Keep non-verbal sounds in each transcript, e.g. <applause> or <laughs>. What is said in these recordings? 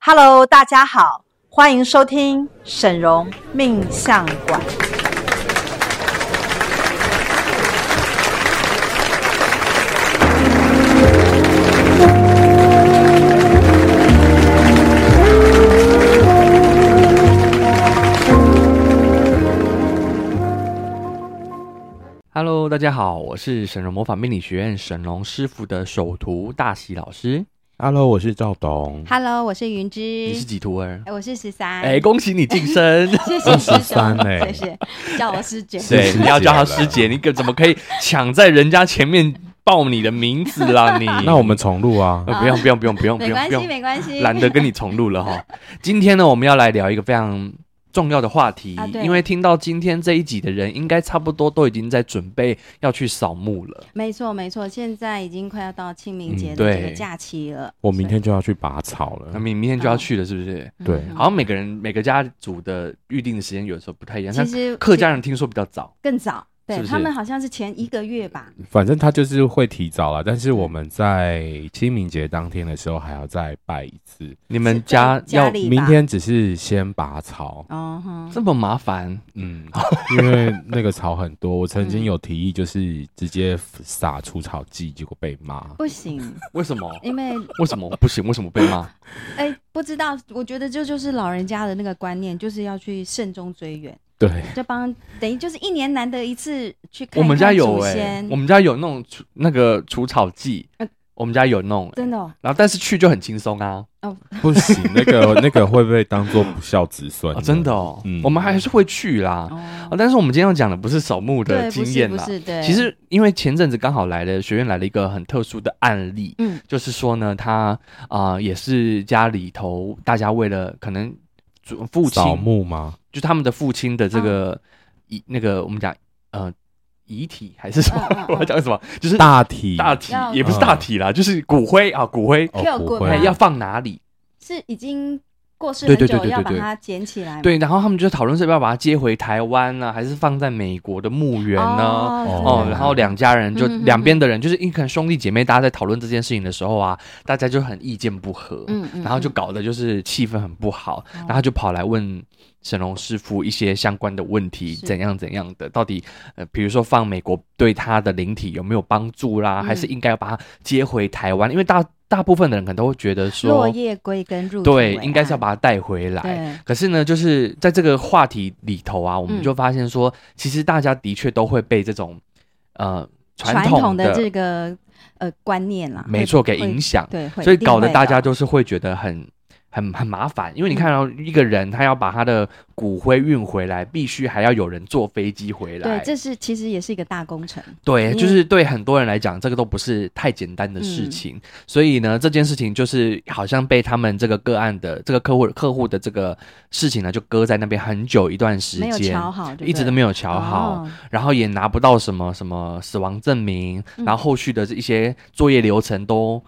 Hello，大家好，欢迎收听沈荣命相馆。 Hello，大家好，我是神龙魔法命理学院神龙师傅的首徒大喜老师， Hello，我是赵董。 Hello，我是云芝，你是几徒儿？哎我是十三，哎、哦恭喜你晋升！ <laughs> 谢谢师13兄，哎谢谢，叫我师姐，是对，师你要叫他姐师了姐，你可怎么可以抢在人家前面报你的名字 <laughs> 啦？你那我们重录啊，呃不用不用不用不用不没用关不系，用，没关系，懒得跟你重录了哈。今天呢，我们要来聊一个非常重要的话题，啊对因为听到今天这一集的人，应该差不多都已经在准备要去扫墓了。没错，没错，现在已经快要到清明节嗯的这对个假期了，我明天就要去拔草了嗯那。明明天就要去了，是不是？所以对嗯好像每个人每个家族的预定的时间有时候不太一样，像其实客家人听说比较早，更早，对是不是嗯他们好像是前一个月吧，反正他就是会提早了，但是我们在清明节当天的时候还要再拜一次。你们是在家要家里吧明天只是先拔草，哦哼，这么麻烦， <laughs> 嗯，因为那个草很多。我曾经有提议，就是直接撒除草剂，结果被骂。哦不行，为 <laughs> 什么？因为为什么不行？为什么被骂？哎，不知道，我觉得这就是老人家的那个观念，就是要去慎终追远，对，就帮等于就是一年难得一次去看我们一看家有祖哎、先我们家有那种除那个除草剂呃，我们家有弄、欸真的哦，然后但是去就很轻松啊，不行，<laughs> 那个那个会被当做不孝子孙啊。真的哦，嗯我们还是会去啦。哦啊，但是我们今天要讲的不是扫墓的对，经不是验不啦，是，对，其实，因为前阵子刚好来了学院来了一个很特殊的案例，嗯，就是说呢，他啊、呃也是家里头大家为了可能祖父扫亲，墓吗？就他们的父亲的这个啊遗、那个我们讲呃遗体还是什么， <laughs> 嗯嗯嗯我要讲什么，就是大体大体要嗯也不是大体啦，就是骨灰啊骨灰。哦跳不过会哎吧要放哪里？是已经过世对很对久，对对要对把对它捡起来吗。对，然后他们就讨论是不是要把它接回台湾呢、还是放在美国的墓园呢？哦哦真，的然后两家人就嗯哼哼两边的人，就是因为可能兄弟姐妹，大家在讨论这件事情的时候啊，大家就很意见不合，嗯嗯，然后就嗯搞得就是气氛很不好，哦然后就跑来问沈龙师傅一些相关的问题，是怎样怎样的，到底呃，比如说放美国对他的灵体有没有帮助啦，嗯还是应该要把它接回台湾？因为大大部分的人可能都会觉得落说，叶归根入土对为，安应该是要把它带回来。对可是呢，就是在这个话题里头啊，我们嗯就发现说，其实大家的确都会被这种呃传传统统的的这个呃观念啦，没错会给影，响会，对，会所以一定搞得会大家的嗯就是会觉得很很很麻烦，因为你看到一个人他要把他的骨灰运回来，必须还要有人坐飞机回对，来，这嗯是其实也是一个大工程，对，因为就是对很多人来讲，这个都不是太简单的嗯事情，所以呢，这件事情就是好像被他们这个个案的这个客户客户的这个事情呢，就搁在那边很久一段时没有间。瞧好，一直都没有瞧瞧好，，然后也拿不到什么什么死亡证明，嗯然后后续的这一些作业流程都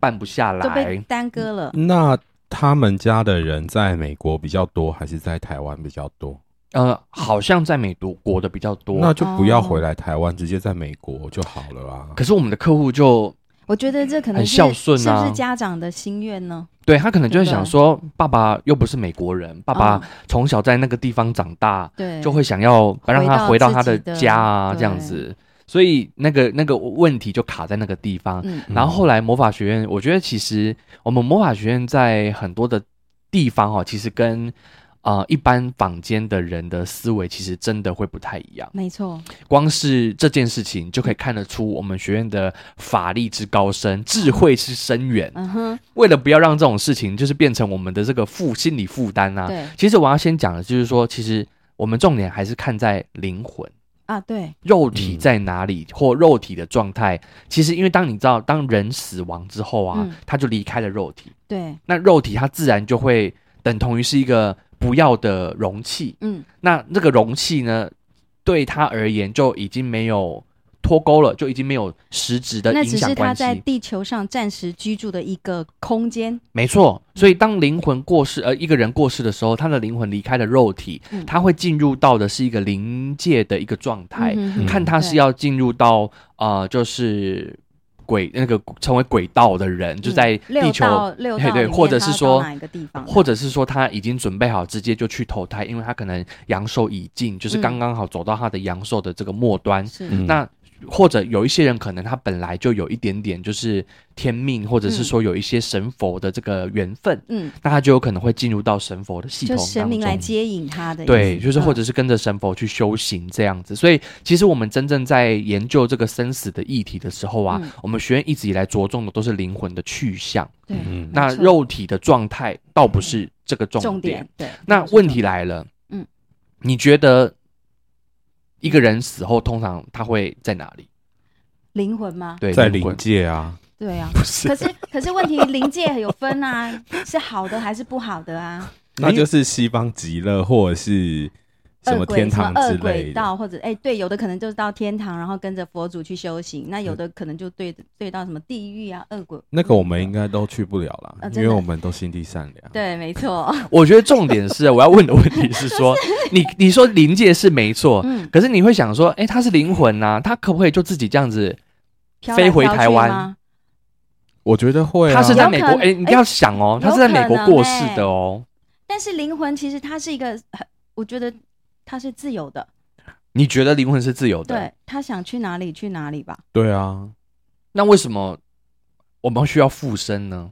办不下都被来。耽搁了。那他们家的人在美国比较多，还是在台湾比较多？呃，好像在美读国的比较多，那就不要回来台湾，直接在美国就好了啊。哦可是我们的客户就我觉得这可能很是孝顺是不啊是家长的心愿呢？对他可能就会对想说，爸爸又不是美国人，爸爸嗯从小在那个地方长大，对，就会想要让他回回到到他自己的家啊，对这样子。所以那个那个问题就卡在那个地方，嗯然后后来魔法学院，我觉得其实我们魔法学院在很多的地方哦，其实跟呃一般坊间的人的思维其实真的会不太一样。没错，光是这件事情就可以看得出我们学院的法力之高深，智慧之深远。嗯哼，为了不要让这种事情就是变成我们的这个负心理负担啊，对其实我要先讲的就是说，其实我们重点还是看在灵魂。啊，对，肉体在哪里、或肉体的状态，其实因为当你知道，当人死亡之后啊，嗯他就离开了肉体，对，那肉体它自然就会等同于是一个不要的容器。嗯，那这个容器呢，对他而言就已经没有脱钩了，就已经没有实质的那影只是响他关在系。地球上暂时居住的一个空间，没嗯错，所以当灵魂过世，呃，一个人过世的时候，他的灵魂离开了肉体，嗯他会进入到的是一个灵界的一个状态。嗯哼哼看他是对要进入到呃，就是轨那个成为轨道的人，就在嗯六地球道六道嘿里对面或者它是到说哪一个地方，或者是说他已经准备好，直接就去投胎，因为他可能阳寿已尽，就是嗯刚刚好走到他的阳寿的这个末端。是嗯那或者有一些人可能他本来就有一点点就是天命，或者是说有一些神佛的这个缘分，嗯，那他就有可能会进入到神佛的系就统神当明来中。接引他的意思，对，就是或嗯者是跟着神佛去修行这样子，所以其实我们真正在研究这个生死的议题的时候啊，嗯我们学院一直以来着重的都是灵魂的去向，对嗯没那错肉体的状态倒不是这个重点。重点对。那没错问题来了，嗯嗯，你觉得一个人死后通常他会在哪里？灵魂吗？对，在灵灵魂界啊，对啊， <laughs> 不是可是可是问题灵界有分啊，是好的还是不好的啊？那就是西方极乐或者是什么恶鬼天堂什么之恶类鬼的。道或者哎、对，有的可能就是到天堂，然后跟着佛祖去修行；那嗯有的可能就对对到什么地狱啊、恶鬼。那个我们应该都去不了呃啦，因真的为我们都心地善良。对，没 <laughs> 错，我觉得重点是，我要问的问题是 <laughs> 说，你你说灵界是没错，嗯，可是你会想说，哎、他是灵魂呐、他可不可以就自己这样子？飘飞来回飘台去湾吗我觉得会啊，他是在美国，有可哎、能你要想哦，哎他是在美国有可能过世的哦。但是灵魂其实它是一个很，我觉得它是自由的，你觉得灵魂是自由的？对，他想去哪里去哪里吧。对啊，那为什么我们需要附身呢？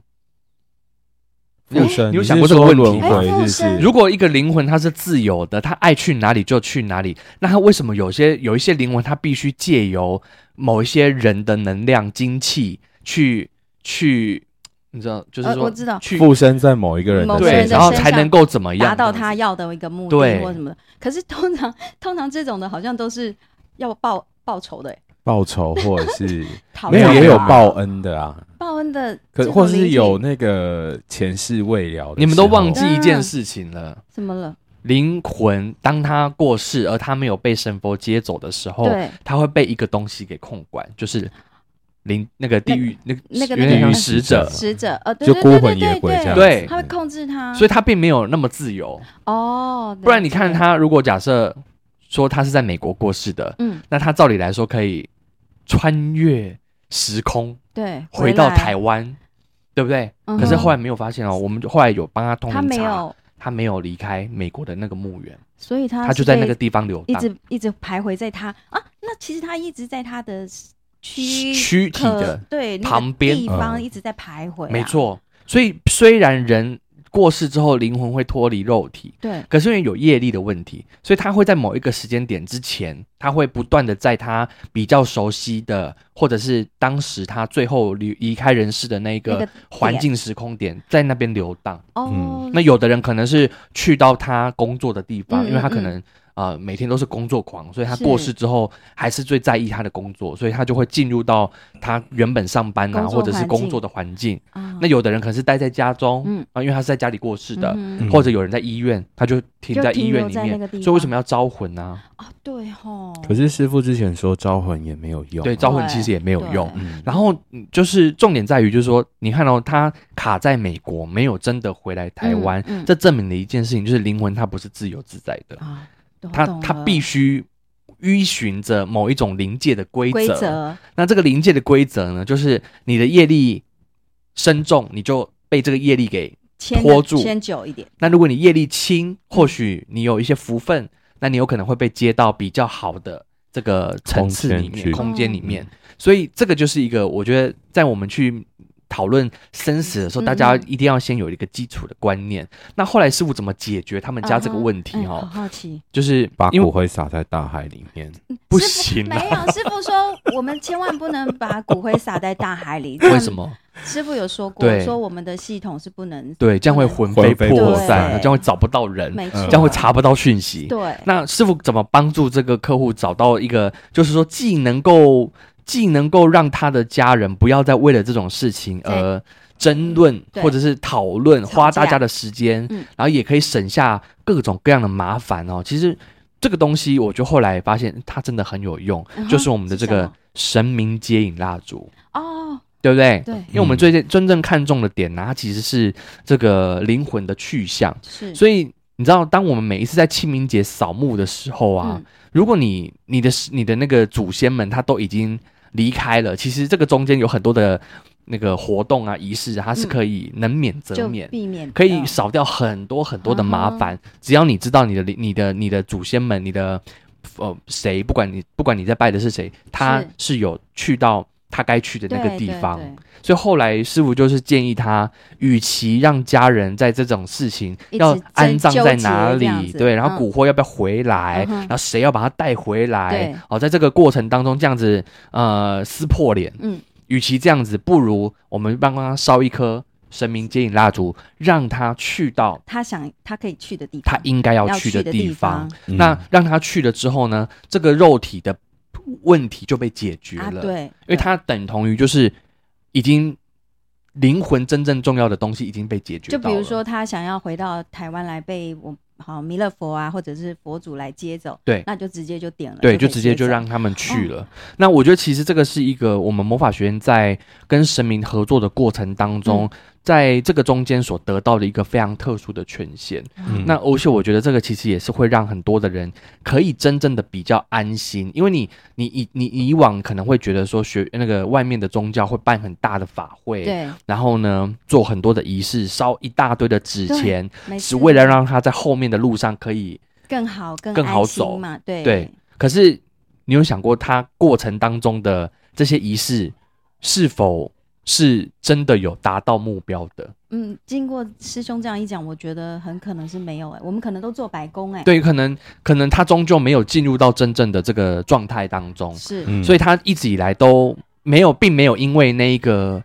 你有附身。你有你想是过这个说问题轮吗？回哎附是不身是？如果一个灵魂它是自由的，它爱去哪里就去哪里，那它为什么有些有一些灵魂它必须借由某一些人的能量、精气去去，你知道，就是呃说，我知道去附身在某一个人的某个对，人的然后身才上能够怎么样达到这他样子要的一个目的对或什么的。可是通常 <laughs> 通常这种的好像都是要报报仇的、欸，报仇或者 <laughs> 是讨没有厌也的有啊报恩的啊，报恩的可这种或是灵体有那个前世未了的时候，你们都忘记一件嗯事情了。怎么了？灵魂当他过世，而他没有被神佛接走的时候，对，他会被一个东西给控管，就是灵那个地狱那个那个有那点个像呃使者，使者，哦呃，对就对孤对魂对野对鬼这样对，子对他会控制他，所以他并没有那么自由。哦，不然了你看解，他，如果假设说他是在美国过世的，嗯，那他照理来说可以穿越时空对，回到来台，湾，对不对？嗯可是后来哼没有发现哦，我们就后来有帮他通他灵没查，有，他没有离开美国的那个墓园，所以他他就是在那被个地方流一荡。直一直徘徊在他啊，那其实他一直在他的躯躯体壳的对那个旁边地方嗯一直在徘徊，啊没，错，所以虽然人过世之后灵魂会脱离肉体，对，可是因为有业力的问题，所以他会在某一个时间点之前，他会不断的在他比较熟悉的，或者是当时他最后离离开人世的那那个个环境时空点，在那边流荡。哦，嗯那有的人可能是去到他工作的地方，嗯因为他嗯可嗯能。呃，每天都是工作狂，所以他是过世之后还是最在意他的工作，所以他就会进入到他原本上班啊，工作或者是环工境作的环境。啊那有的人可能是待在家中，嗯啊，因为他是在家里过世的，嗯哼嗯或者有人在医院，他就停就在停医院留里在那面个，地所以为什方么要招魂呢、啊，对吼，可是师傅之前说招魂也没有用啊，对，招魂其对实也没有对用。嗯，然后嗯就是重点在于，就是说，你看到、哦、他卡在美国，没有真的回来台嗯湾，嗯这证明了一件事情，就是灵魂它不是自由自在的，啊，它它必须须依循着某一种灵界的规规则。则那这个灵界的规则呢，就是你的业力深重，你就被这个业力给牵拖得住牵久一点，那如果你业力轻，或许你有一些福分，那你有可能会被接到比较好的这个层次里面、空间去空间里嗯面。所以这个就是一个，我觉得在我们去讨论生死的时候，嗯大家一定要先有一个基础的观念。那后来师傅怎么解决他们家这个问题哦嗯？哈、好好奇，嗯就是把因骨为灰撒在大海里面，不师傅行没啊，有，师傅说我们千万不能把骨灰撒在大海里。 <laughs> 为什？么？师傅有说过对，说我们的系统是不能，对，这样会魂飞 <laughs> 魂飞魄魄散，散这样会找不到人，没嗯错，这样会查不到讯息。对，那师傅怎么帮助这个客户找到一个，就是说既能够既能够让他的家人不要再为了这种事情对嗯而争论对或者是讨论，吵架花大家的时间，嗯然后也可以省下各种各样的麻烦哦。其实这个东西，我就后来发现它真的很有用，嗯哼就是我们的这是什个么神明接引蜡烛，哦，对不对？对，因为我们最近真正看重的点啊呢、它其实是这个灵魂的去向。是，所以你知道，当我们每一次在清明节扫墓的时候啊，嗯如果你你的你的那个祖先们他都已经离开了，其实这个中间有很多的那个活动啊、仪式啊，它是可以能免则嗯就免，避啊免可以掉少掉很多很多的麻烦。只要你知道你的你的你的祖先们，你的呃谁，不管你不管你在拜的是谁，他是有去到他该去的那个对地对方。对所以后来师傅就是建议他，与其让家人在这种事情一直要安葬在纠结哪这样里，子对，然后嗯蛊惑要不要回来，嗯哼然后谁要把他带回来对，哦，在这个过程当中这样子呃撕破脸，嗯，与其这样子，不如我们帮他烧一颗神明接引蜡烛，让他去到他想他可以去的地方，他应该要要去的的地方方。那嗯让他去了之后呢，这个肉体的问题就被解决啊，了，对，因为它等同于就是已经灵魂真正重要的东西已经被解决就到了。比如说，他想要回到台湾来被我好弥勒佛啊，或者是佛祖来接走，对那就直接就点了，对，就就可以直接就走哦让他们去了。那我觉得其实这个是一个我们魔法学院在跟神明合作的过程当嗯中，在这个中间所得到的一个非常特殊的权限。嗯那而且我觉得这个其实也是会让很多的人可以真正的比较安心，因为你你以你你以往可能会觉得说学那个外面的宗教会办很大的法会，，对，然后呢做很多的仪式，烧一大堆的纸对钱，每只次为了让他在后面的路上可以。更好更更安好心走嘛，对对，可是你有想过他过程当中的这些仪式是否是真的有达到目标的？嗯，经过师兄这样一讲，我觉得很可能是没有哎、我们可能都做白工哎、，对，可能可能他终究没有进入到真正的这个状态当中。是，嗯所以他一直以来都没有，并没有因为那一个，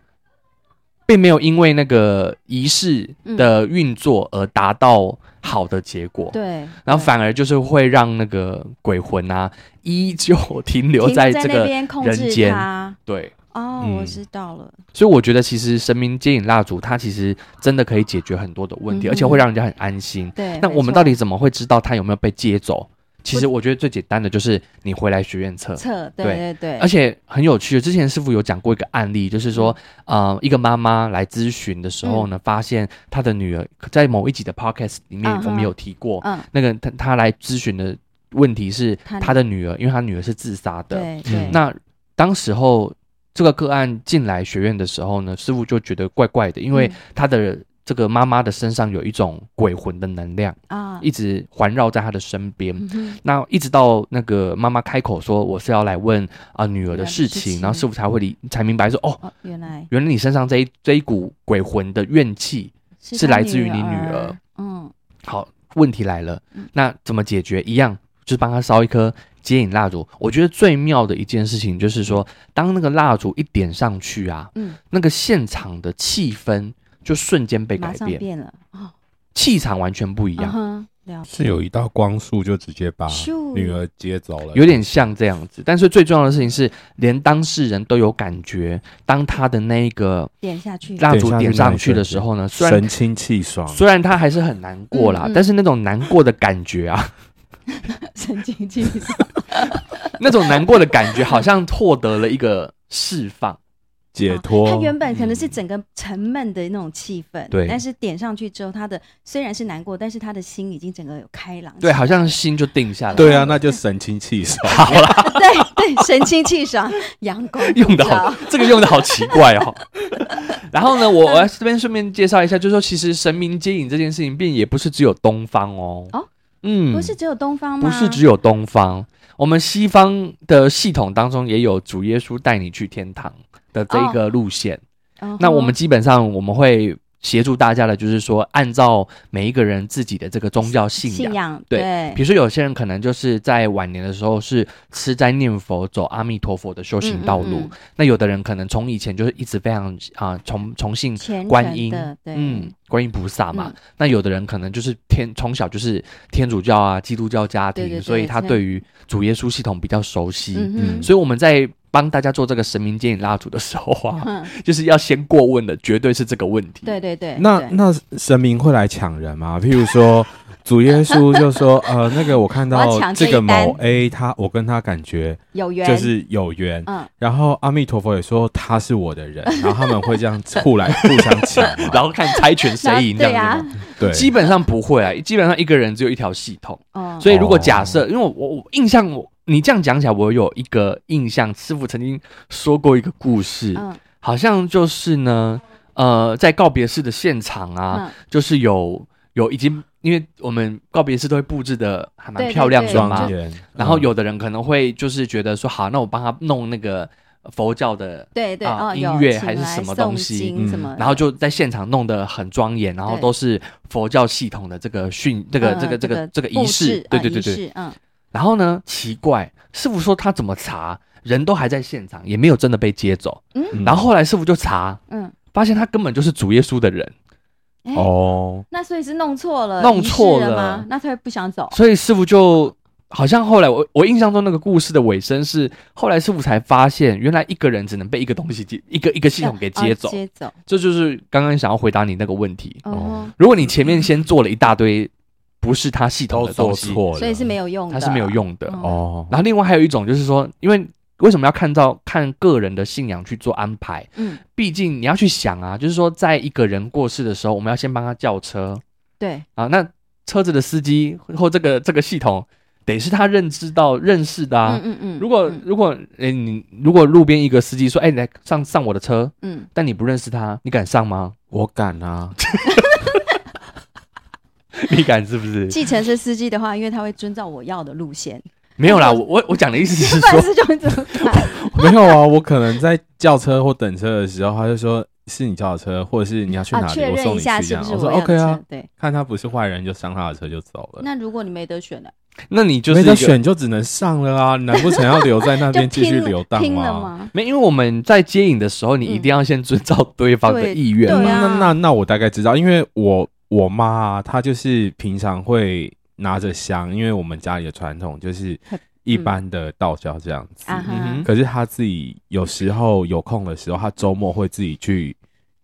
并没有因为那个仪式的运作而达到好的结果，对，然后对反而就是会让那个鬼魂啊， <laughs> 依旧停留停在在这那个边控人制间他。对。哦，我嗯知道了，所以我觉得，其实神明接引蜡烛，它其实真的可以解决很多的问题，嗯而且会让人家很安心。对。那没我们错到底怎么会知道它有没有被接走？其实我觉得最简单的就是你回来学院测，测？对对对对，而且很有趣的，之前师傅有讲过一个案例，就是说，嗯呃，一个妈妈来咨询的时候呢，发现她的女儿在某一集的 podcast 里面嗯，哼我们有提过，嗯，那个她她来咨询的问题是她她的女儿，因为她女儿是自杀的。对对，那当时候这个个案进来学院的时候呢，师傅就觉得怪怪的，因为嗯她的这个妈妈的身上有一种鬼魂的能量，啊，一直环绕在她的身边。嗯哼那一直到那个妈妈开口说我是要来问啊、女儿的事女儿的事情，情然后师傅才会理才明白说哦，哦，原来原来你身上这一这一股鬼魂的怨气。是他来自于你女儿儿，嗯，好，问题来了嗯，那怎么解决？一样就是帮她烧一颗接引蜡烛。我觉得最妙的一件事情就是说，当那个蜡烛一点上去啊，嗯那个现场的气氛就瞬间被马改上变，变了，哦，气场完全不一样嗯。哼，了是解有一道光束就直接把咻女儿接走了，有点像这样子，但是最重要的事情是，连当事人都有感觉。当他的那个点下去，蜡烛点上去的时候呢，虽然神清气爽，虽然他还是很难过啦，嗯嗯但是那种难过的感觉啊， <laughs> <laughs> 神经气爽，那种难过的感觉好像获得了一个释放。解他脱。原本可能是整个沉闷的那种气氛，嗯对但是点上去之后，他的虽然是难过，但是他的心已经整个有开朗起来，对，好啊像心就定下来。对啊，那就神清 <laughs> 气爽。 <laughs> 对对，神清气爽，阳光 <laughs> 用的普照好，这个用的好奇怪 <laughs> 哦。然后呢，我我要这边顺便介绍一下，就是说，其实神明接引这件事情，并也不是只有东方哦。哦，嗯，不是只有东方吗？不是只有东方，我们西方的系统当中也有主耶稣带你去天堂的这一个路线。嗯哼，那我们基本上我们会协助大家的，就是说按照每一个人自己的这个宗教信仰。信仰对对比，如说，有些人可能就是在晚年的时候是吃斋念佛，走阿弥陀佛的修行道路。嗯嗯嗯那有的人可能从以前就是一直非常啊、崇崇信嗯虔诚观音的，对，嗯，观音菩萨嘛。嗯那有的人可能就是天从小就是天主教啊、基督教家庭，对对对所以他这样对于主耶稣系统比较熟悉。嗯所以我们在帮大家做这个神明接引蜡烛的时候啊，哼， <laughs> 就是要先过问的，绝对是这个问题。嗯对对对，那对那神明会来抢人吗？譬如说，主耶稣就说：“呃，那个我看我要到抢这这个一单某 A，他我跟他感觉有缘就是有缘。嗯，然后阿弥陀佛也说他是我 <laughs> 的人，然后他们会这样互来互相抢 <laughs> 嘛。然后看猜拳那谁赢这 <laughs> 对样呀子吗。，对，基啊本上不会啊，基本上一个人只有一条系统，哦，所以如果哦假设，因为我我我印象我你这样讲起来，我有一个印象，师傅曾经说过一个故事，嗯好像就是呢，呃，在告别式的现场啊，嗯，就是有有已经，因为我们告别式都会布置的还蛮对漂亮的对对嘛就庄，严，然后有的人可能会就是觉得说，好，那我帮他弄那个佛教的，对对啊哦，音有乐请还是来什么诵东西经什嗯么的，然后就在现场弄得很庄严，然后对都是佛教系统的这个训，这个嗯这个嗯这个这个布仪式置，对嗯对对仪对。式嗯然后呢，奇怪，师傅说他怎么查，人都还在现场，也没有真的被接走。嗯然后后来师傅就查，嗯，发现他根本就是主耶稣的人，哎，哦，那所以是弄错了，弄仪式错了了吗？那他会不想走，所以师傅就好像后来我我印象中那个故事的尾声是，后来师傅才发现，原来一个人只能被一个东西接一个一个系统给哦接走。接走，这就是刚刚想要回答你那个问题。哦，如果你前面先做了一大堆不是他系统都的做东西，错了，所以是没有用哦它的，是没有用的。嗯哦，然后另外还有一种就是说，因为为什么要看到看个人的信仰去做安排？嗯，毕竟你要去想啊，就是说，在一个人过世的时候，我们要先帮他叫车对，啊。那车子的司机或这个这个系统，得是他认知到认识的啊。嗯嗯嗯，如果嗯如果诶、你如果路边一个司机说，哎、来上上我的车，嗯，但你不认识他，你敢上吗？ <laughs> 我敢啊，你敢是不是？计程车司机的话，因为他会遵照我要的路线，没有啦，我我我讲的意思是不说，然是就怎 <laughs> 么办？没有啊，我可能在叫车或等车的时候，他就说是你叫的车，或者是你要去啊，哪里，确我认送一你下去这是不样。是说要的 OK 啊车，？对。看他不是坏人，就上他的车就走了。那如果你没得选呢？那你就是没一个得选就只能上了啊！难不成要留在那边就继续拼游荡拼了吗？吗？没，因为我们在接引的时候，你一定要先遵照对方的意愿对嘛。对啊那那那那我大概知道，因为我我妈啊她就是平常会拿着香，因为我们家里的传统就是一般的道教这样子。嗯啊哈，嗯可是她自己有时候有空的时候，她周末会自己去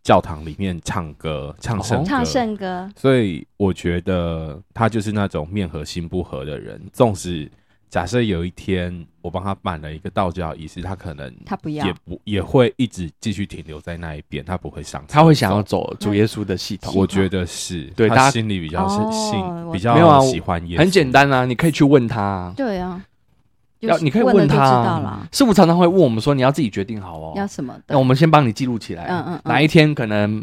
教堂里面唱歌、唱圣哦歌、唱圣歌，所以我觉得他就是那种面和心不和的人。纵使假设有一天我帮他办了一个道教仪式，他可能他不要也不也会一直继续停留在那一边，他不会上车走。他会想要走主耶稣的系嗯统。我觉得是，对大他家心里比较是哦信，我比没有啊较我喜欢耶稣。很简，单啊，你可以去问他、啊。对啊，要就是你可以问了问就知他啊道了，师傅常常会问我们说，你要自己决定好要哦。什么那我的。们先帮你记录起来。嗯嗯嗯哪一天可能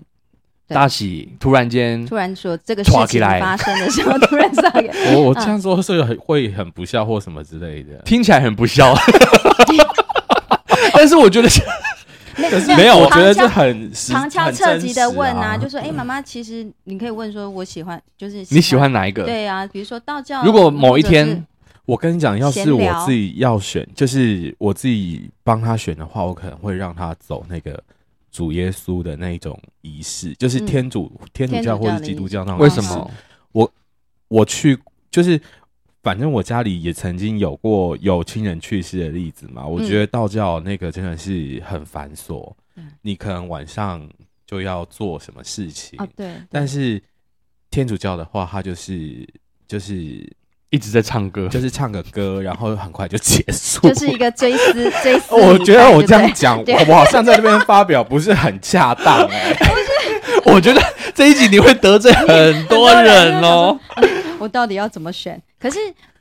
对大喜突然间突然说这个事抓起情来发生的时候，突然上演， <laughs> 我我这样说是很会很不孝或什么之类的。听起来很不孝， <laughs> 但是我觉得 <laughs> 是没没有，我觉得这旁敲很实旁敲很侧真击的实问啊，就说哎，妈妈，其实你可以问说，我喜欢就是你喜欢哪一个？嗯对啊，比如说道教，如果某一或者天是，我跟你讲，要是闲我聊自己要选，就是我自己帮他选的话，我可能会让他走那个主耶稣的那一种仪式，就是嗯天主、天主天主教或教者的基督仪教那种。为什嗯么？我去，就是反正我家里也曾经有过有亲人去世的例子嘛。我嗯觉得道教那个真的是很繁琐，嗯你可能晚上就要做什么事情，哦对，但是天主教的话，它就是就是一直在唱歌，就是唱个歌，然后很快就结束。就是一个 <laughs> 追思追思礼拜。哦我觉得我这样对讲，对我好像在这边发表不是很恰当哎、 <laughs> <laughs> 我觉得这一集你会得罪很多人哦。 <laughs> 我到底要怎么 <laughs> 选？可是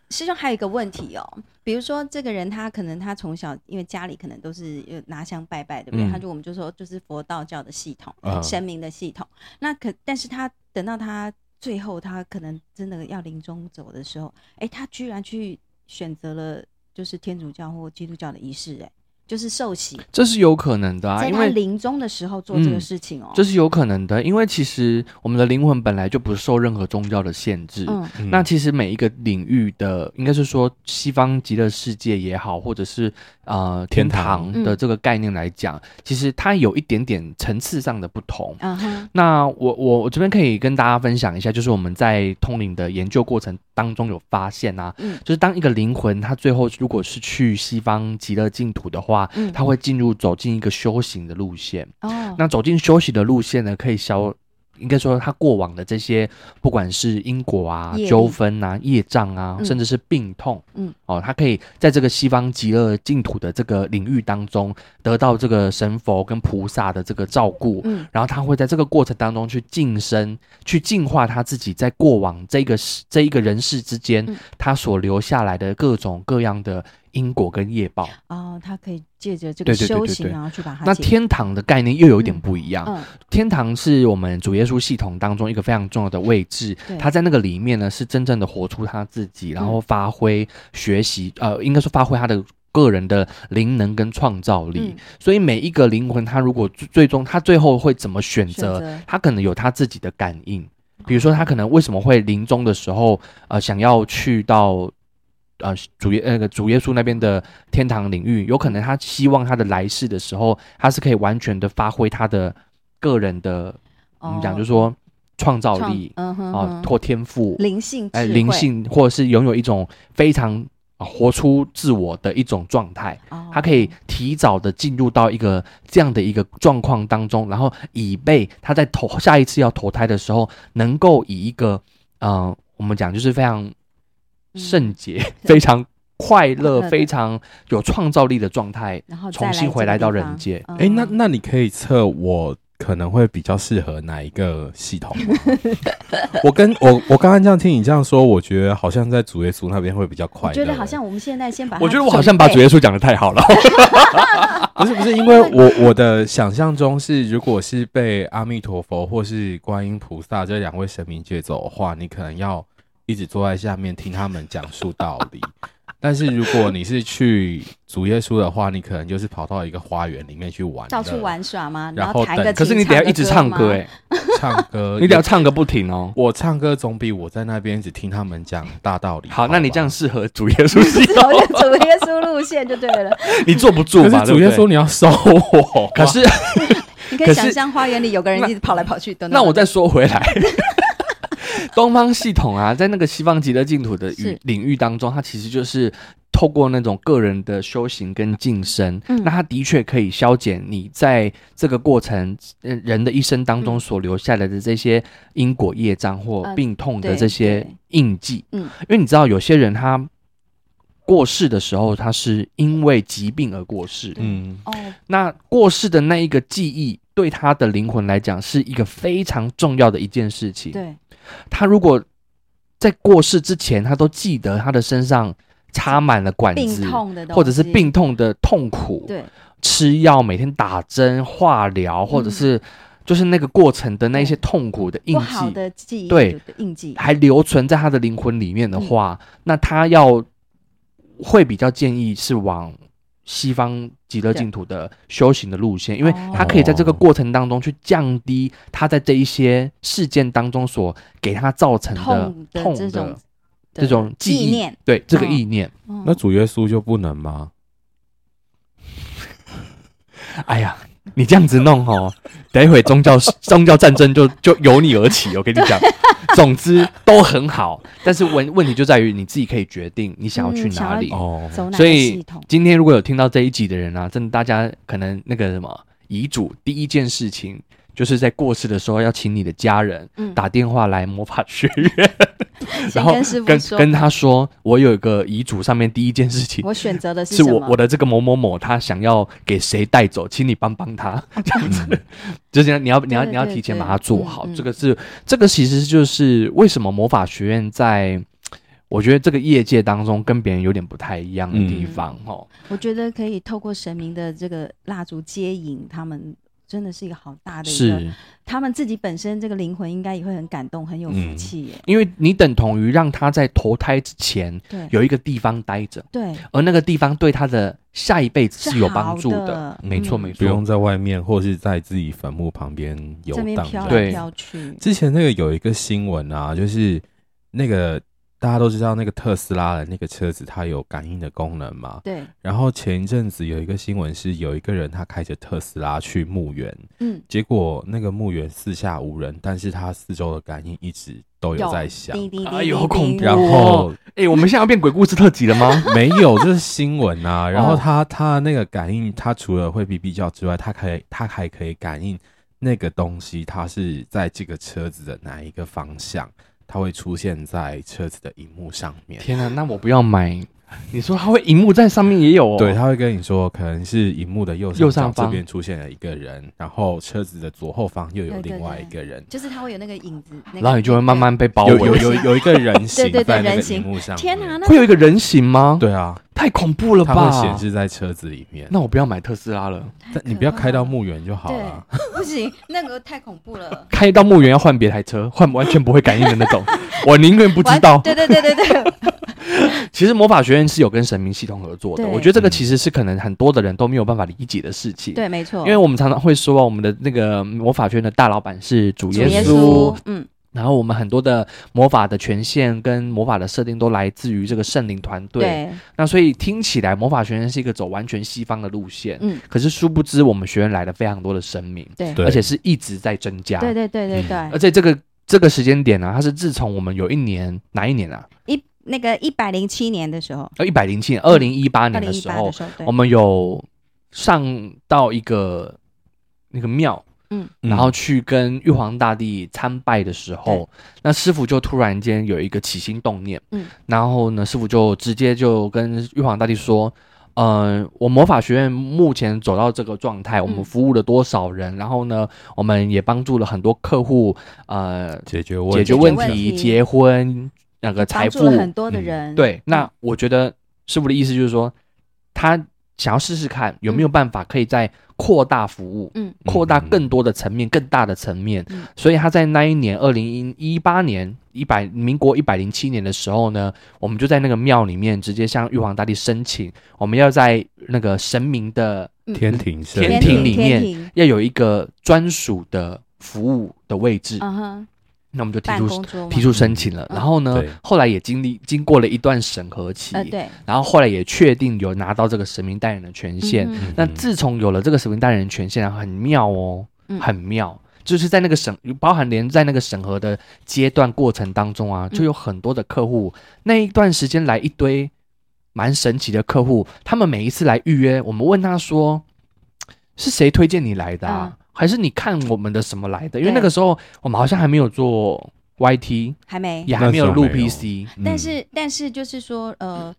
师兄还有一个问题哦，比如说这个人他可能他从小因为家里可能都是呃拿香拜拜，对不对？嗯啊他就我们就说就是佛道教的系统，嗯神明的系统。那可但是他等到他最后他可能真的要临终走的时候，哎，他居然去选择了就是天主教或基督教的仪式，哎，就是受洗，这是有可能的啊，在因他为临终的时候做这个嗯事情哦，这是是有可能的，因为其实我们的灵魂本来就不受任何宗教的限制。嗯嗯那其实每一个领域的，应该是说西方极乐世界也好，或者是呃天天堂嗯堂的这个概念来讲，其实它有一点点层次上的不同。啊哈，那我我我这边可以跟大家分享一下，就是我们在通灵的研究过程当中有发现啊，嗯就是当一个灵魂它最后如果是去西方极乐净土的话，嗯它会进入走进一个修行的路线。哦，那走进修行的路线呢，可以消，应该说他过往的这些，不管是因果啊业、力纠纷啊、业障啊，嗯甚至是病痛，嗯，哦，他可以在这个西方极乐净土的这个领域当中，得到这个神佛跟菩萨的这个照顾。嗯然后他会在这个过程当中去晋升，去净化他自己在过往这个世这一个人世之间嗯他所留下来的各种各样的因果跟业报。哦，他可以借着这对个对对修对行对然后去把它那解天啊堂的概念又有一点不一样。嗯天堂是我们主耶稣系统当中一个非常重要的位置对，嗯他在那个里面呢是真正的活出他自己，然后发挥学习，呃，应该说发挥他的。个人的灵能跟创造力，嗯所以每一个灵魂，他如果最最终他最后会怎么选择，选择他可能有他自己的感应。比如说，他可能为什么会临终的时候，呃，想要去到呃主耶那个主耶稣那边的天堂领域，有可能他希望他的来世的时候，他是可以完全的发挥他的个人的，我们讲就是说创造哦嗯创力嗯哼啊、哼或天赋，灵性哎、智灵慧性，或者是拥有一种非常、呃活出自我的一种状态。哦他可以提早的进入到一个这样的一个状况当中，然后以备他在投下一次要投胎的时候，能够以一个嗯、呃我们讲就是非常嗯圣洁、非常快乐快乐、的非常有创造力的状态，然后再重新回来这个到地人方界。嗯哎、那那你可以测我可能会比较适合哪一个系统 <laughs> 吗？我跟我我刚刚这样听你这样说，我觉得好像在主耶稣那边会比较快我乐。觉得好像我们现在先把啊它我准备，觉得我好像把主耶稣讲的太好了，不是不 <laughs> 是，因为我我的想象中是，如果是被阿弥陀佛或是观音菩萨这两位神明借走的话，你可能要一直坐在下面听他们讲述道 <laughs> 理。但是如果你是去主耶稣的话，你可能就是跑到一个花园里面去玩乐，到处玩耍嘛，然后后弹一个等 <laughs> 可是你得要一直唱歌哎、 <laughs> 哎，哎，唱歌 <laughs> 你得要唱个不停哦。我唱歌总比我在那边只听他们讲大道理好，吧那你这样适合主耶 <laughs> 稣系 <laughs> 哦只统，有主耶稣路线就对了。你坐不住可吧？是主耶对稣不对你要收我，可是你可可以想是象花园里有个人一直跑来跑去的。那我再说回来， <laughs> 东方系统啊，在那个西方极乐净土的是语领域当中，它其实就是透过那种个人的修行跟晋升，嗯那它的确可以消减你在这个过程呃人的一生当中所留下来的这些因果业障或呃病痛的对这些对印记。嗯因为你知道有些人他过世的时候，他是因为疾病而过世，嗯，哦，那过世的那一个记忆，对他的灵魂来讲是一个非常重要的一件事情。对，他如果在过世之前，他都记得他的身上插满了管病子，痛的东西或者是病，痛的痛苦，对，吃药每天打针、化疗，或者是就是那个过程的那一些痛苦的印嗯不记，好的记忆，对的印记，还留存在他的灵魂里面的话，嗯那他要会比较建议是往西方极乐净土的修行的路线，因为他可以在这个过程当中去降低他在这一些事件当中所给他造成的痛的痛这种的这种记意忆念。，对这个嗯意念。嗯那主耶稣就不能吗？哎呀，你这样子弄哦， <laughs> 等一会宗教宗教战争就就由你而起。我跟你 <laughs> 讲，总之都很好，但是问问题就在于你自己可以决定你想要去嗯想要哪里。哦，走哪所个以系统？今天如果有听到这一集的人啊，真的大家可能那个什么遗嘱，第一件事情就是在过世的时候要请你的家人嗯打电话来魔法学 <laughs> 院，先然后跟师傅跟说，跟他说，我有一个遗嘱，上面第一件事情。我选择的是什我么？我的这个某某某，他想要给谁带走，请你帮帮 <laughs> 他，这样子，就是你要你要对你要对提前对把它做嗯好。嗯这个是这个其实就是为什么魔法学院在我觉得这个业界当中跟别人有点不太一样的地嗯方哦。我觉得可以透过神明的这个蜡烛接引他们，真的是一个好大的一个，是他们自己本身这个灵魂应该也会很感动，很有嗯福气耶。因为你等同于让他在投胎之前对有一个地方待着，对，而那个地方对他的下一辈子是有帮助是好的。的没错，嗯没错，不用在外面或是在自己坟墓旁边游这边荡飘样对来飘去，之前那个有一个新闻啊，就是那个大家都知道那个特斯拉的那个车子，它有感应的功能嘛。对，然后前一阵子有一个新闻是，有一个人他开着特斯拉去墓园，嗯，结果那个墓园四下无人，但是他四周的感应一直都有在响。滴滴滴滴滴，哎呦好恐怖然后哎、我们现在要变鬼故事特辑了 <laughs> 吗？没有，这是新闻啊。哦然后他他那个感应，他除了会哔哔叫之外，他可以他还可以感应那个东西，它是在这个车子的哪一个方向，它会出现在车子的荧幕上面。天啊，那我不要买你说他会荧幕在上面也有哦，对，他会跟你说，可能是荧幕的右右上上角方这边出现了一个人，然后车子的左后方又有对对另外对一个人，就是它会有那个影子，那个然后你就会慢慢被包围，有有有有一个人形 <laughs> 对对对在那人个形荧幕上面，天哪，那会有一个人形吗？，对啊，太恐怖了它吧！会显示在车子里面。啊那我不要买特斯拉了，太但你可不要怕开到了墓园就好啊对了。不行，那个太恐怖了。开到墓园要换别台车，换完全不会感应的那 <laughs> 种，我宁愿不知完道。对对对对对，其实魔法学院是有跟神明系统合作的，对我觉得这个嗯其实是可能很多的人都没有办法理解的事情。对，没错。因为我们常常会说啊，我们的那个魔法学院的大老板是主主耶耶稣稣，，嗯，然后我们很多的魔法的权限跟魔法的设定都来自于这个圣灵团队。对，那所以听起来魔法学院是一个走完全西方的路线，嗯，可是殊不知我们学院来了非常多的神明，对，对而且是一直在增加。对对对对嗯而对，且这个这个时间点呢、啊它是自从我们有一年哪一年啊？一那个一百零七年的时候，呃，一百零七年，二零一八二年零的一时八候的，时候，对我，们有上到一个那个庙，嗯然后去跟玉皇大帝参拜的时候，那师傅就突然间有一个起心动念，嗯然后呢，师傅就直接就跟玉皇大帝说。嗯、呃，我魔法学院目前走到这个状态，我们嗯服务了多少人？然后呢，我们也帮助了很多客户，呃，解决问解决解问问题、题结婚、那个财帮助富了，很多的嗯人。对。那我觉得师傅的意思就是说，他想要试试看有没有办法可以再扩大服务，嗯，扩大更多的层面、更大的层面。嗯所以他在那一年，二零一八年一百民国一百零七年的时候呢，我们就在那个庙里面直接向玉皇大帝申请，我们要在那个神明的天庭嗯圣天人庭里面天庭，要有一个专属的服务的位置。嗯哼，那我们就提办出公桌嘛提出申请了，嗯然后呢对，后来也经历经过了一段审核期，呃，对，然后后来也确定有拿到这个神明代言的权限。嗯哼那自从有了这个神明代言人权限啊，很妙哦，嗯很妙，就是在那个审，包含连在那个审核的阶段过程当中啊，嗯就有很多的客户、那一段时间来一堆蛮神奇的客户，他们每一次来预约，我们问他说是谁推荐你来的啊？还是你看我们的什么来的？因为嗯对那个时候我们好像还没有做 YT，还没。也还没有录那时候没有 PC，但是但是就是说，呃，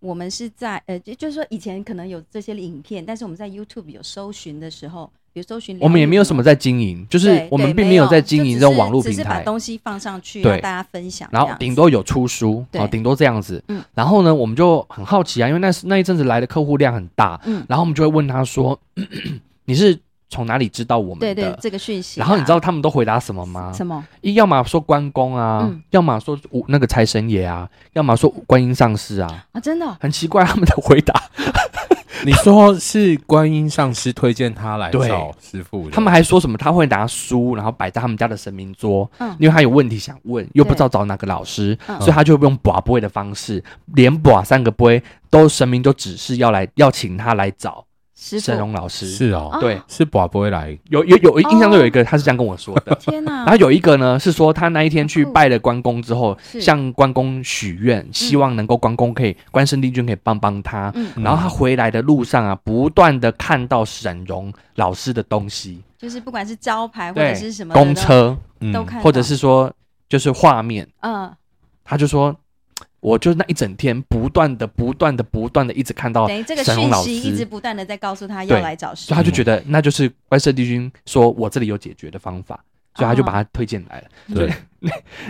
我们是在呃，就就是说以前可能有这些影片，但是我们在 YouTube 有搜寻的时候，比如搜寻，我们也没有什么。在经营，就是对我对们并没没有在经营就这种只是网络只平是把台。东西放上去对让大家分享这然样后子，顶多有出书，对哦，顶多这样子。嗯然后呢，我们就很好奇啊，因为那时那一阵子来的客户量很大，嗯，然后我们就会问他说：“ <clears throat> 你是从哪里知道我们的？”对对，这个讯息啊。然后你知道他们都回答什么吗？什么？一要么说关公啊，嗯要么说武那个财神爷啊，要么说观音上师 <laughs> 啊，啊，真的哦很奇怪他们的回答。你说是观音上师推荐他来对找师傅的，他们还说什么他会拿书，然后摆在他们家的神明桌，嗯因为他有问题想问，又不对知道找哪个老师，嗯所以他就用卜杯的方式，连卜三个杯，都神明都指示要来要请他来找师神傅龙老师。是哦啊，对，是宝不会来，有有哦有，印象中有一个他是这样跟我说的。天哪然后！有一个呢，是说他那一天去好酷拜了关公之后，是向关公许愿，希望能够关公可以关圣帝君可以帮帮他。嗯，嗯然后他回来的路上啊，不断的看到沈荣老师的东西，就是不管是招牌或对者是什么的公，车，嗯都看到，或者是说就是画面，嗯，他就说，我就那一整天不断的、不断的、不断的一直看到等于这个哦沈荣讯老息一直师，不断的在告诉他对要来找师所以他傅就觉得那就是关圣帝君说我这里有解决的方法，所以他就把啊他推荐来了。对，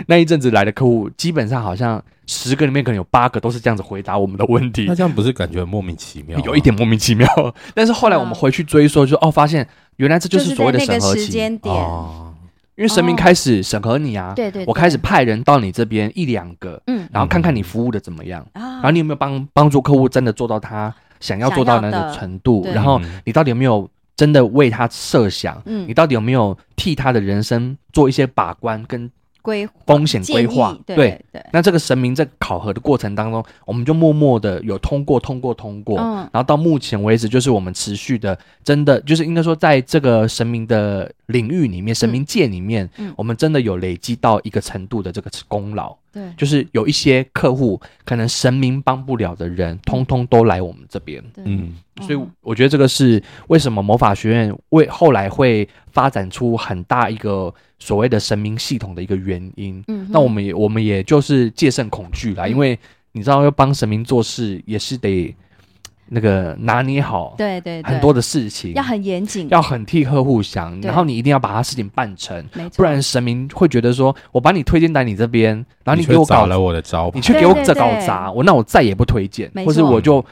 那一阵子来的客户，基本上好像十个里面可能有八个都是这样子回答我们的问题那。这样不是感觉莫名其妙吗？啊有一点莫名其 <laughs> 妙，但是后来我们回去追溯，就哦，发现原来这嗯就就是是所谓的在那审个核时期，间点，哦，因为神明开始审核你啊，对对，我对开始派人到你这边一两个，嗯然后看看你服务的怎么样，啊然后你有没有帮帮助客户真的做到他想要做到的那想个要的程度，对然后嗯你到底有没有真的为他设想，嗯你到底有没有替他的人生做一些把关跟规风险建规议划，对对，那这个神明在考核的过程当中，我们就默默的有通过、通过、通过，嗯然后到目前为止，就是我们持续的，真的就是应该说，在这个神明的领域里面、神明界里面，嗯我们真的有累积到一个程度的这个功劳，对就是有一些客户可能神明帮不了的人，通通都来我们这边。对，嗯，嗯所以我觉得这个是为什么魔法学院为后来会发展出很大一个所谓的神明系统的一个原因。嗯哼，那我们也我们也就是戒慎恐惧啦，嗯因为你知道要帮神明做事，也是得那个拿捏好对对对，很多的事情，要很严谨，要很替客户想，对然后你一定要把他事情办成，没错，不然神明会觉得说我把你推荐来你这边，然后你给我却砸搞了我的招牌你，去给我对对这搞对砸，我那我再也不推荐，没或是错我就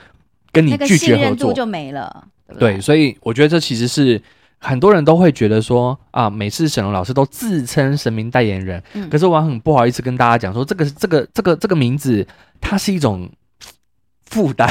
跟你那个拒信绝合任度作。就嗯没了，对不对，所以我觉得这其实是很多人都会觉得说啊，每次沈龙老师都自称神明代言人，嗯可是我很不好意思跟大家讲说，这个这个这个这个名字，它是一种负担，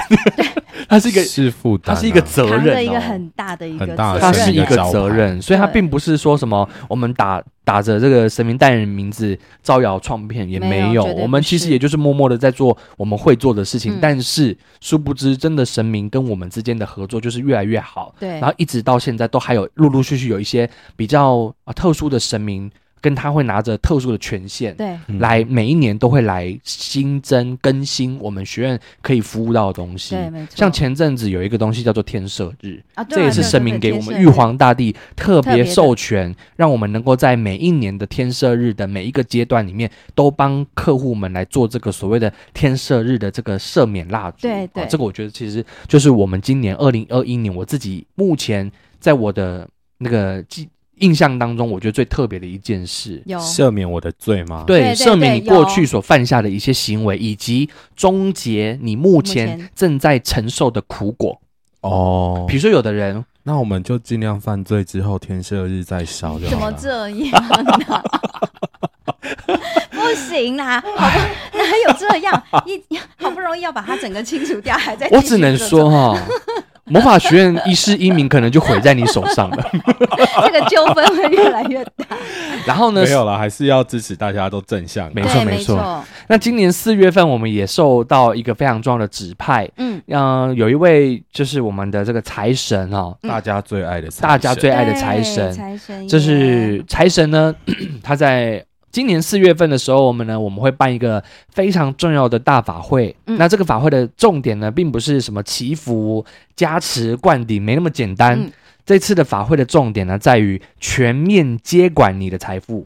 <laughs> 它是一个是负担它啊，是一个责扛任、了一个哦很大的一个很啊大的责它任是一个招牌责任，所以它并不是说什么我们打打着这个神明代言人名字招摇撞骗，也没有有。绝对不我们其实是也就是默默的在做我们会做的事情，嗯但是殊不知，真的神明跟我们之间的合作就是越来越好。对，然后一直到现在都还有陆陆续续有一些比较啊特殊的神明，跟他会拿着特殊的权限。对嗯来，每一年都会来新增更新我们学院可以服务到的东西。对没错，像前阵子有一个东西叫做天赦日，啊，对这也啊是对神对明对给我天们赦玉日皇大帝特特别别的授权，让我们能够在每一年的天赦日的每一个阶段里面，都帮客户们来做这个所谓的天赦日的这个赦免蜡烛。对对哦这个我觉得其实就是我们今年二零二一年我自己目前在我的那个记印象当中，我觉得最特别的一件事。啊有赦免我的罪吗？对，对对赦免对你过有去所犯下的一些行为，以及终结你目前前正在承受的苦果。哦比，如说，有的人那我们就尽量犯罪之后天赦日再烧就怎好么了。这样呢、 <laughs> 不行啦，好吧，哪有这样？一好不容易要把它整个清除掉，还在我继续只能做说哈、魔法学院一世英名可能就毁在你手上了。这个纠纷会越来越大。然后呢没，有了，还是要支持大家都正向 <laughs> 啊。没错对，没错错，那今年四月份我们也受到一个非常重要的指派，嗯，嗯、有一位就是我们的这个财神哦，大家最爱的财神，大家最爱的对财神，财神就爷是财神呢， <clears throat> 他在今年四月份的时候，我们呢我们会办一个非常重要的大法会。嗯那这个法会的重点呢，并不是什么祈福、加持、灌顶，没那么简单。嗯这次的法会的重点呢，在于全面接管你的财富，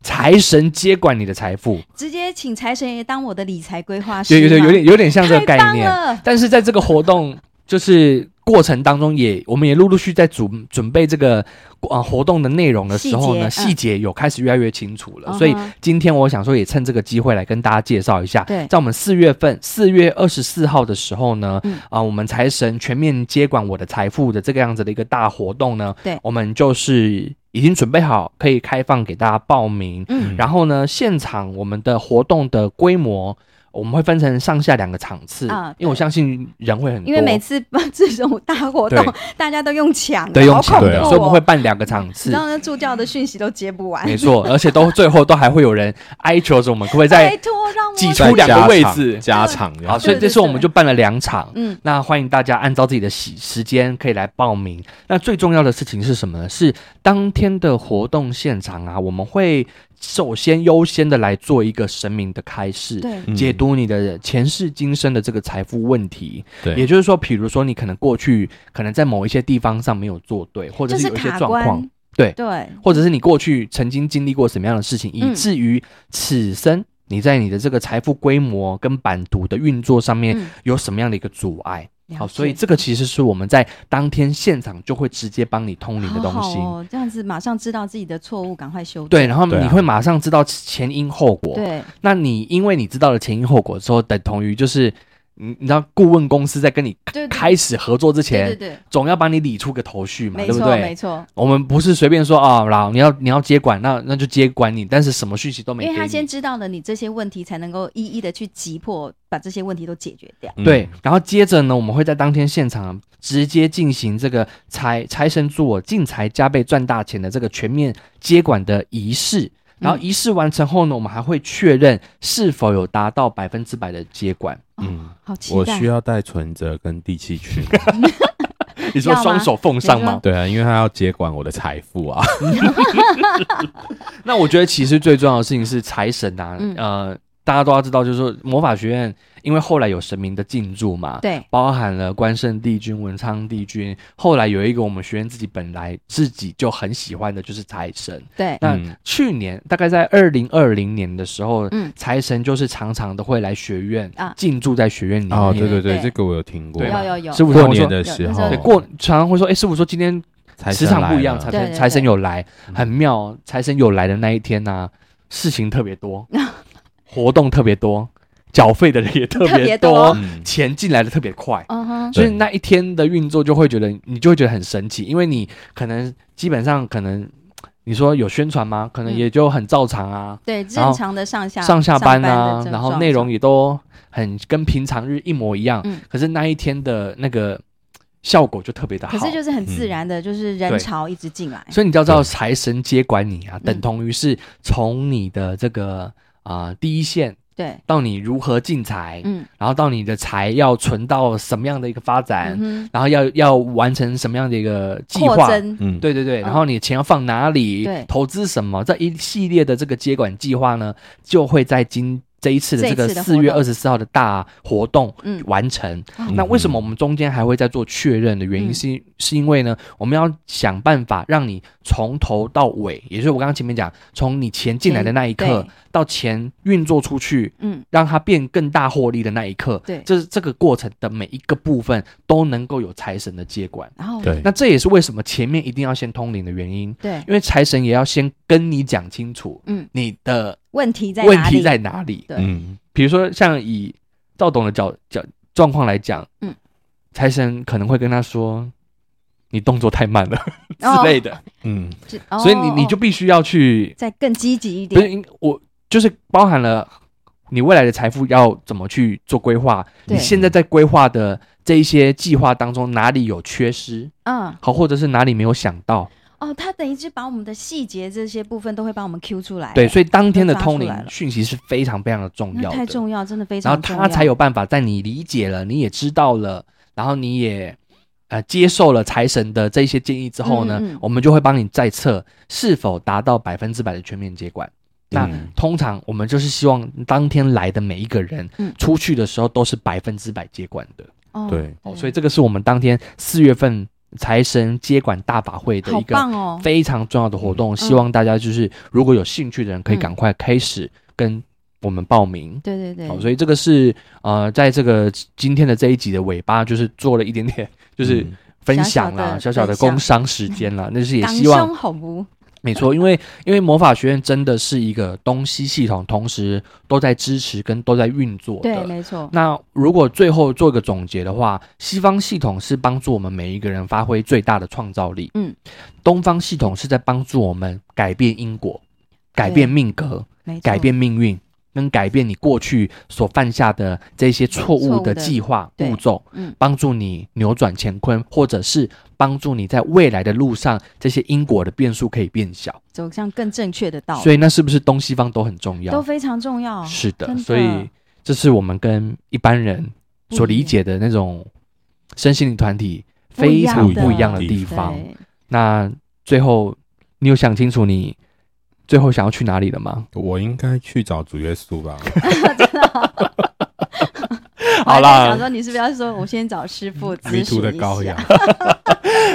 财神接管你的财富，直接请财神爷当我的理财规划师对吗，对对，有点有点像这个太概棒念。 <laughs> 了。但是在这个活动就是过程当中也，我们也陆陆续在准准备这个啊、呃活动的内容的时候呢，细节嗯细节有开始越来越清楚了。嗯哼所以今天我想说，也趁这个机会来跟大家介绍一下，对在我们四月份四月二十四号的时候呢，啊、嗯我们财神全面接管我的财富的这个样子的一个大活动呢，对我们就是已经准备好可以开放给大家报名，嗯然后呢，现场我们的活动的规模。我们会分成上下两个场次，啊因为我对相信人会很多，因为每次 <laughs> 这种大活对动，大家都用抢的，对用好抢恐的，怖所以我们哦会办两个场你次 <laughs> 知，道那助教的讯息都接不完，没错，而且都最后都还会有人哀求着我们，可不可以拜再托让我挤选出两个位置加场，好，加所以这对对次我对们就办了两场。嗯，那欢迎大家按照自己的时时间可以来报名。那最重要的事情是什么呢？是当天的活动现场啊，我们会首先优先的来做一个神明的开示，对，场解，读你的前世今生的这个财富问题。对也就是说，比如说你可能过去可能在某一些地方上没有做对，或者就是有一些卡状况关，，对对，或者是你过去曾经经历过什么样的事情，以嗯至于此生你在你的这个财富规模跟版图的运作上面嗯有什么样的一个阻碍？了好，所以解这个其实是我们在当天现场就会直接帮你通灵的东好西。好哦，这样子马上知道自己的错误，赶快修正。对，然后对啊你会马上知道前因后果。对那你因为你知道了前因后果之后，等同于就是你你知道顾问公司在跟你对对开始合作之前，对对对，总要帮你理出个头绪嘛，没对不错对？没错，我们不是随便说啊，老你要你要接管，那那就接管你，但是什么讯息都没因给为你。他先知道了你这些问题，才能够一一的去击破，把这些问题都解决掉。嗯对，，然后接着呢，我们会在当天现场直接进行这个财财神助我进财加倍赚大钱的这个全面接管的仪式。然后仪式完成后呢，我们还会确认是否有达到百分之百的接管。嗯，好期我待需！要带存折跟地契去吗。你说要吗双手奉上 <laughs> 吗？对啊，因为他要接管我的财富啊。那我觉得其实最重要的事情是财神啊，嗯呃，大家都要知道，就是说魔法学院，因为后来有神明的进驻嘛，对包含了关圣帝君、文昌帝君，后来有一个我们学院自己本来自己就很喜欢的，就是财神。对，那嗯去年、大概在二零二零年的时候，嗯财神就是常常的会来学院啊进驻在学院里面。 <laughs> 哦，对对对对，这个我有听过对。有嘛有有，师傅过常年说，的有时那时候候对，过常常会说，哎、师傅说今天财磁神场来不一样，了财对神对财神对有来，嗯很妙。财神有来的那一天呐、事情特别 <laughs> 多，活动特别多，缴费的人也特特别别多多，嗯钱进来的特别快。嗯哼，所以对那一天的运作就会觉得，你就会觉得很神奇，因为你可能基本上可能你说有宣传吗？可能嗯也就很照常啊，对，然后正常的上下上下班的啊，症然后状内容也都很跟平常日一模一样，嗯可是那一天的那个效果就特别的好。嗯可是就是很自然的，就是人对潮一直进来，所以你就要知道对财神接管你嗯啊，等同于是从你的这个啊、第一线对，到你如何进财，嗯，然后到你的财要存到什么样的一个发展，嗯哼然后要要完成什么样的一个计扩划。增，嗯，对对对，嗯然后你钱要放哪里，对投资什么，这一系列的这个接管计划呢，就会在今这一次的这个这一次的四活月动二十四号的大活动嗯完成。嗯那为什么我们中间还会再做确认的原因嗯是，是因为呢，我们要想办法让你从头到尾，也就是我刚刚前面讲，从你钱进来的那一刻嗯对到钱运作出去，嗯，让它变更大获利的那一刻，对这这个过程的每一个部分都能够有财神的接管。然后嗯对那这也是为什么前面一定要先通灵的原因，对因为财神也要先跟你讲清楚，嗯，你的问题在问哪题里？在哪里。对嗯比如说像以赵董的角角状况来讲，嗯，财神可能会跟他说，你动作太慢了哦 <laughs> 之类的，嗯就哦所以你你就哦必须要去，再更积极一不是点，因我就是包含了你未来的财富要怎么去做规划，对你现在在规划的这一些计划当中哪里有缺失，嗯，好，或者是哪里没有想到，哦，他等于是把我们的细节这些部分都会帮我们 Q 出来，啊对，所以当天的都抓出通灵来了讯息是非常非常的重那要的，太重要，真的非然常后重要，他才有办法在你理解了，你也知道了，然后你也呃接受了财神的这些建议之后呢，嗯嗯嗯我们就会帮你再测是否达到百分之百的全面接管。那嗯通常我们就是希望当天来的每一个人、嗯出去的时候都是百分之百接管的、哦对哦，所以这个是我们当天四月份财神接管大法会的好一个棒哦，非常重要的活动，希望大家就是如果有兴趣的人，可以嗯赶快开始跟我们报名。对对对，好，所以这个是呃，在这个今天的这一集的尾巴，就是做了一点点，就是嗯分享啦，小小小小的的分享工商时间啦。那是 <laughs> 也港希望兄好不？没错，因为因为魔法学院真的是一个东西系统，同时都在支持跟都在运作对，的。没错，那如果最后做一个总结的话，西方系统是帮助我们每一个人发挥最大的创造力，嗯，东方系统是在帮助我们改变因果、改变对命格、没错，改变命运，跟改变你过去所犯下的这些错误错误的的计划对步骤，嗯帮助你扭转乾坤，或者是帮助你在未来的路上这些因果的变数可以变小。走向更正确的道路所，以那是不是东西方都很重都要？非常重要，是的，真的所以这是我们跟一般人所理解的那种身心灵团体非常不不一一样样的的地地方方。对那最后，你有想清楚你最后想要去哪里了吗？我应该去找主耶稣 <laughs> 吧？好我还在啦想，说你是不是要说，我先找师傅迷咨询途一下的羔羊，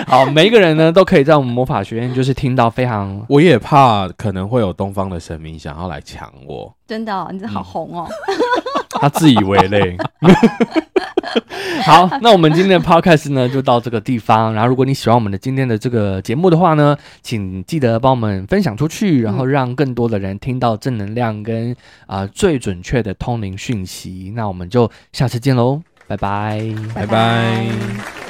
好，每一个人呢都可以在我们魔法学院就是听到非 <laughs> 常我也怕可能会有东方的神明想要来抢我。真的哦，你好红哦，嗯他自以为嘞。 <laughs> 好，那我们今天的 podcast 呢就到这个地方。然后，如果你喜欢我们的今天的这个节目的话呢，请记得帮我们分享出去，然后让更多的人听到正能量跟啊、呃最准确的通灵讯息。那我们就下次见喽，拜拜。拜拜拜